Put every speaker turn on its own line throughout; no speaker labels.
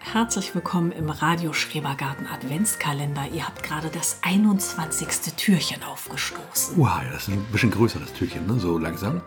herzlich willkommen im Radio Schrebergarten Adventskalender. Ihr habt gerade das 21. Türchen aufgestoßen.
Uha, ja, das ist ein bisschen größer, das Türchen, ne? so langsam.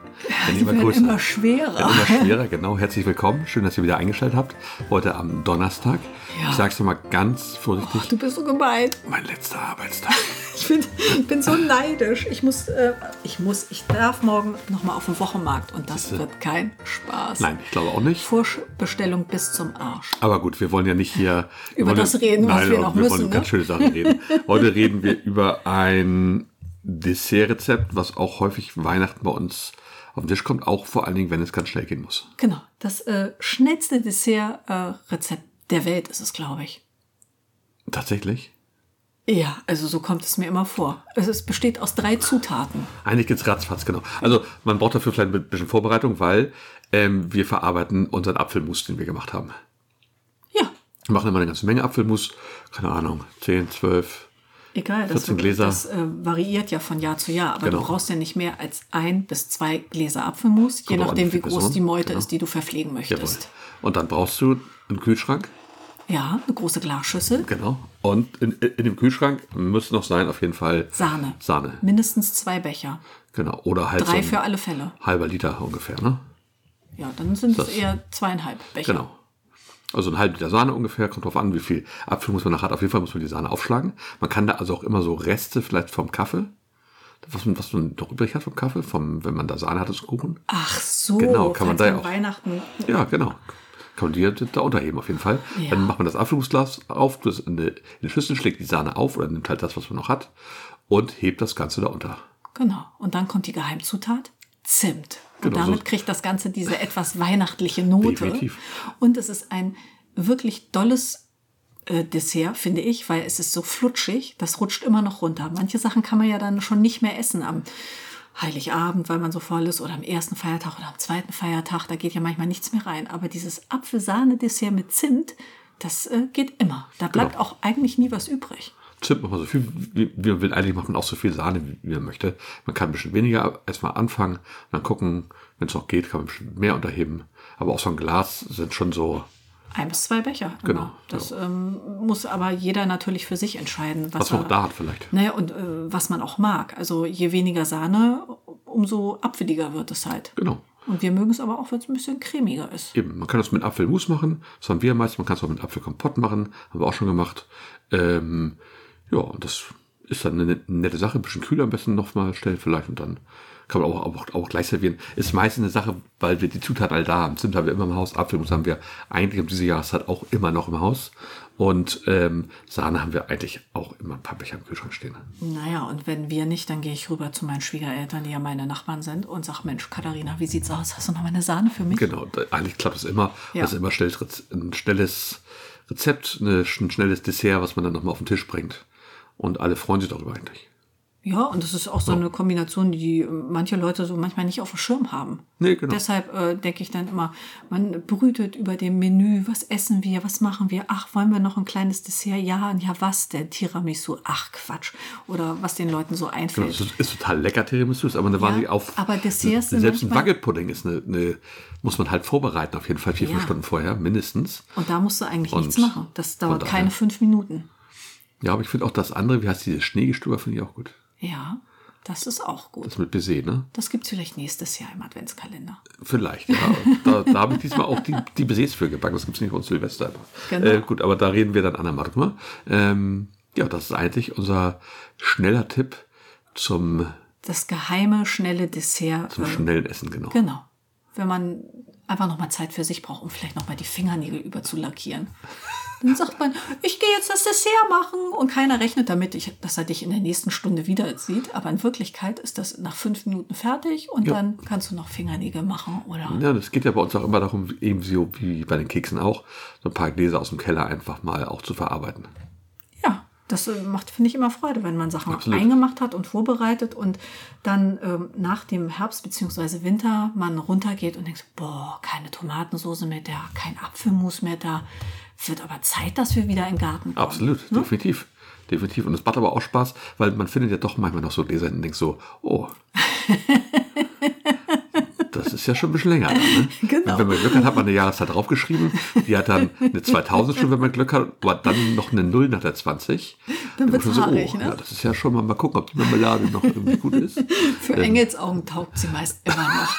Dann
Die werden immer schwerer.
Dann immer schwerer, genau. Herzlich willkommen. Schön, dass ihr wieder eingestellt habt. Heute am Donnerstag.
Ja. Oh,
Ich sag's nochmal ganz vorsichtig.
Ach, du bist so gemein.
Mein letzter Arbeitstag.
Ich bin, ich bin so neidisch. Ich muss, äh, ich muss, ich darf morgen nochmal auf den Wochenmarkt und das wird kein Spaß.
Nein, ich glaube auch nicht.
Vorbestellung bis zum Arsch.
Aber gut, wir wollen ja nicht hier wir
Über
wollen
das
ja-
reden, was wir noch
wir
müssen,
wollen
ne?
ganz schöne Sachen reden. Heute reden wir über ein Dessertrezept, was auch häufig Weihnachten bei uns auf den Tisch kommt, auch vor allen Dingen, wenn es ganz schnell gehen muss.
Genau, das äh, schnellste Dessert-Rezept der Welt ist es, glaube ich.
Tatsächlich?
Ja, also so kommt es mir immer vor. Es ist, besteht aus drei Zutaten.
Eigentlich geht's ratzfatz, genau. Also man braucht dafür vielleicht ein bisschen Vorbereitung, weil ähm, wir verarbeiten unseren Apfelmus, den wir gemacht haben.
Ja,
Wir machen immer eine ganze Menge Apfelmus, keine Ahnung, 10, 12.
egal. Das,
14 Gläser.
das äh, variiert ja von Jahr zu Jahr, aber du
Genau.
brauchst ja nicht mehr als ein bis zwei Gläser Apfelmus, je
Kommt auch
nachdem,
an, wie
wie
viel
groß
Personen,
die Meute
genau.
ist, die du verpflegen
Jawohl.
möchtest.
Und dann brauchst du einen Kühlschrank,
Ja, eine große Glasschüssel,
genau. Und in, in dem Kühlschrank müsste noch sein, auf jeden Fall
Sahne.
Sahne,
Mindestens zwei Becher.
genau. Oder halt
Drei
so
für
ein
alle Fälle.
halber Liter ungefähr, ne?
Ja, dann sind
Das-
es eher zweieinhalb Becher.
Genau. Also ein halb Liter Sahne ungefähr, kommt drauf an, wie viel Apfel muss man nachher hat. Auf jeden Fall muss man die Sahne aufschlagen. Man kann da also auch immer so Reste vielleicht vom Kaffee, was man, was man noch übrig hat vom Kaffee, vom, wenn man da Sahne hat, das Kuchen.
Ach so,
Genau, kann man
falls
da ja
an
auch-
Weihnachten.
Ja, genau. Kann man die da unterheben auf jeden Fall.
Ja.
Dann macht man das Apfelmusglas auf, tut es in eine- in eine Schüssel, schlägt die Sahne auf oder nimmt halt das, was man noch hat und hebt das Ganze da unter.
Genau. Und dann kommt die Geheimzutat, Zimt. Und
Genau, so-
damit kriegt das Ganze diese etwas weihnachtliche Note.
Definitiv.
Und es ist ein wirklich dolles äh, Dessert, finde ich, weil es ist so flutschig, das rutscht immer noch runter. Manche Sachen kann man ja dann schon nicht mehr essen am Heiligabend, weil man so voll ist, oder am ersten Feiertag oder am zweiten Feiertag, da geht ja manchmal nichts mehr rein. Aber dieses Apfelsahne-Dessert mit Zimt, das äh, geht immer. Da bleibt
Genau.
auch eigentlich nie was übrig.
Zimt macht man so viel, wie wie man will. Eigentlich macht man auch so viel Sahne, wie- wie man möchte. Man kann ein bisschen weniger erstmal anfangen und dann gucken, wenn es noch geht, kann man ein bisschen mehr unterheben. Aber auch so ein Glas sind schon so,
Ein bis zwei Becher. immer.
Genau,
Das ähm, muss aber jeder natürlich für sich entscheiden, was,
was man
er-
auch da hat vielleicht.
Naja, und äh, was man auch mag. Also je weniger Sahne, umso abfälliger wird es halt.
Genau.
Und wir mögen es aber auch, wenn es ein bisschen cremiger ist.
Eben, man kann das mit Apfelmus machen, das haben wir meist, man kann es auch mit Apfelkompott machen, haben wir auch schon gemacht. Ähm, ja, und das ist dann eine nette Sache, ein bisschen kühler am besten nochmal stellen vielleicht und dann kann man auch, auch, auch gleich servieren. Ist meistens eine Sache, weil wir die Zutaten all da haben. Zimt haben wir immer im Haus, Apfelmus haben wir eigentlich um diese Jahreszeit auch immer noch im Haus und ähm, Sahne haben wir eigentlich auch immer ein paar Becher im Kühlschrank stehen.
Naja, und wenn wir nicht, dann gehe ich rüber zu meinen Schwiegereltern, die ja meine Nachbarn sind, und sage, Mensch, Katharina, wie sieht's aus? Hast du noch mal eine Sahne für mich?
Genau, da- eigentlich klappt es immer.
Ja.
Das ist immer schnell, ein schnelles Rezept, eine, ein schnelles Dessert, was man dann nochmal auf den Tisch bringt. Und alle freuen sich darüber eigentlich.
Ja, und das ist auch so eine Kombination, die äh, manche Leute so manchmal nicht auf dem Schirm haben.
Nee, genau.
Deshalb äh, denke ich dann immer, man brütet über dem Menü, was essen wir, was machen wir, ach, wollen wir noch ein kleines Dessert? Ja, und ja, was denn? Tiramisu, ach Quatsch. Oder was den Leuten so
Genau,
einfällt.
es ist, ist total lecker, Tiramisu, ist aber eine wahnsinnige Auf. ne,
aber Desserts sind
Selbst ein
manchmal-
Wackelpudding ist eine, eine, muss man halt vorbereiten, auf jeden Fall vier, fünf
Ja.
Stunden vorher, mindestens.
und da musst du eigentlich
Genau. Und
nichts machen. Das
von
dauert
daher-
keine fünf Minuten.
Ja, aber ich finde auch das andere, wie heißt dieses Schneegestöber, finde ich auch gut.
Ja, das ist auch gut.
Das mit Baiser, ne?
Das gibt's vielleicht nächstes Jahr im Adventskalender.
Vielleicht, ja. Und Da, da habe ich diesmal auch die, die Baisers für gebacken. Das gibt es nicht bei uns Silvester. Aber.
Genau.
Äh, gut, aber da reden wir dann andermal drüber. Ähm, ja, das ist eigentlich unser schneller Tipp zum,
Das geheime, schnelle Dessert.
zum
äh,
schnellen Essen, genau.
Genau. Wenn man einfach nochmal Zeit für sich braucht, um vielleicht nochmal die Fingernägel überzulackieren. Dann sagt man, ich gehe jetzt das Dessert machen und keiner rechnet damit, ich, dass er dich in der nächsten Stunde wieder sieht. Aber in Wirklichkeit ist das nach fünf Minuten fertig und dann kannst du noch Fingernägel machen oder
Ja, das geht ja bei uns auch immer darum, eben so wie bei den Keksen auch, so ein paar Gläser aus dem Keller einfach mal auch zu verarbeiten.
ja. Das äh, macht, finde ich, immer Freude, wenn man Sachen
Absolut.
eingemacht hat und vorbereitet und dann ähm, nach dem Herbst bzw. Winter man runtergeht und denkt, boah, keine Tomatensoße mehr da, kein Apfelmus mehr da. Wird aber Zeit, dass wir wieder in den Garten kommen.
Absolut, definitiv. Definitiv. Und es macht aber auch Spaß, weil man findet ja doch manchmal noch so Gläser und denkt so, oh. Das ist ja schon ein bisschen länger. Dann, ne?
Genau.
Wenn man Glück hat, hat man eine Jahreszahl draufgeschrieben. Die hat dann eine 2000 schon, wenn man Glück hat, aber dann noch eine 0 nach der 20.
Dann
ist man schon
wird's haarig, ne?
ja, das ist ja schon mal, mal gucken, ob die Marmelade noch irgendwie gut ist.
Für Engelsaugen taugt sie meist immer noch.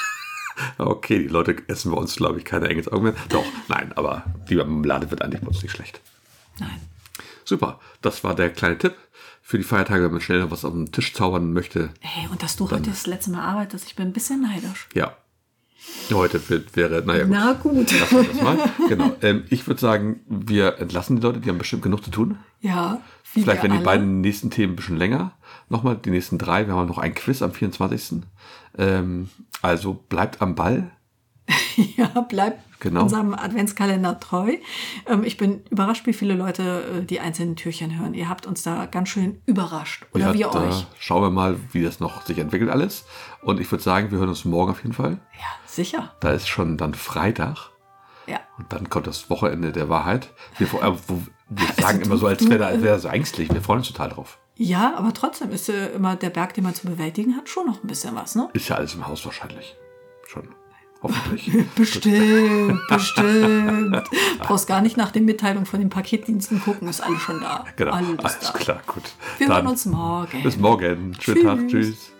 Okay, die Leute essen bei uns, glaube ich, keine Engelsaugen mehr. Doch, nein, aber die Marmelade wird eigentlich bei uns nicht schlecht.
Nein.
Super, das war der kleine Tipp für die Feiertage, wenn man schnell noch was auf den Tisch zaubern möchte.
Hey, und dass du heute das letzte Mal arbeitest, ich bin ein bisschen neidisch.
Ja. Heute wird, wäre, naja, gut.
Na gut.
Lassen wir das mal. Genau. Ähm, ich würde sagen, wir entlassen die Leute, die haben bestimmt genug zu tun.
Ja. wie
Vielleicht
wir
werden die
alle.
beiden nächsten Themen ein bisschen länger. Nochmal die nächsten drei. Wir haben noch ein Quiz am 24. Ähm, also bleibt am Ball.
Ja, bleibt
Genau.
unserem Adventskalender treu. Ähm, ich bin überrascht, wie viele Leute äh, die einzelnen Türchen hören. Ihr habt uns da ganz schön überrascht. Oder
Ja,
wir
da
euch.
Schauen wir mal, wie das noch sich entwickelt alles. Und ich würde sagen, wir hören uns morgen auf jeden Fall.
Ja, sicher.
Da ist schon dann Freitag.
Ja.
Und dann kommt das Wochenende der Wahrheit. Wir, vor- äh, wo, wir
Also
sagen immer so, als wäre da- als wäre das so ängstlich. Wir freuen uns total drauf.
ja, aber trotzdem ist äh, immer der Berg, den man zu bewältigen hat, schon noch ein bisschen was, ne?
Ist ja alles im Haus wahrscheinlich. Schon. Hoffentlich.
Bestimmt, bestimmt. Brauchst gar nicht nach den Mitteilungen von den Paketdiensten gucken, ist alles schon da.
Genau.
Alles,
Alles
da.
klar, gut.
Wir
Dann
hören uns morgen.
bis morgen. Schönen Tag.
Tschüss.
Tschüss.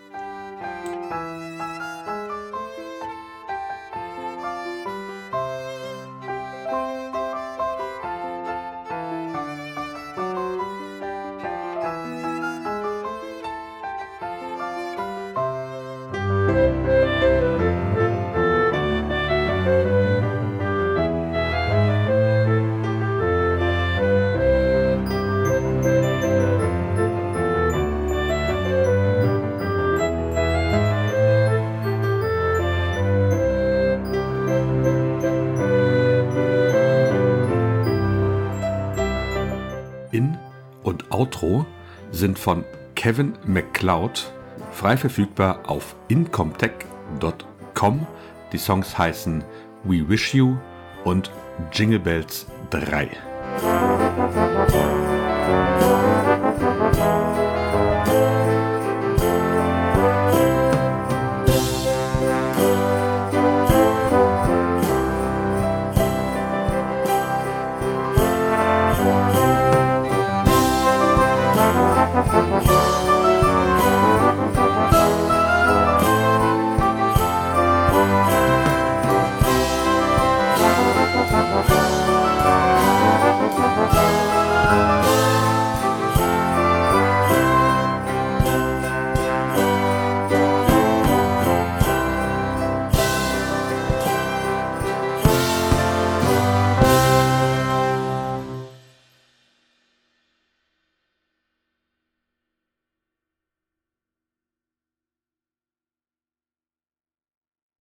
In- und Outro sind von Kevin MacLeod frei verfügbar auf incomtech.com. Die Songs heißen We Wish You und Jingle Bells 3.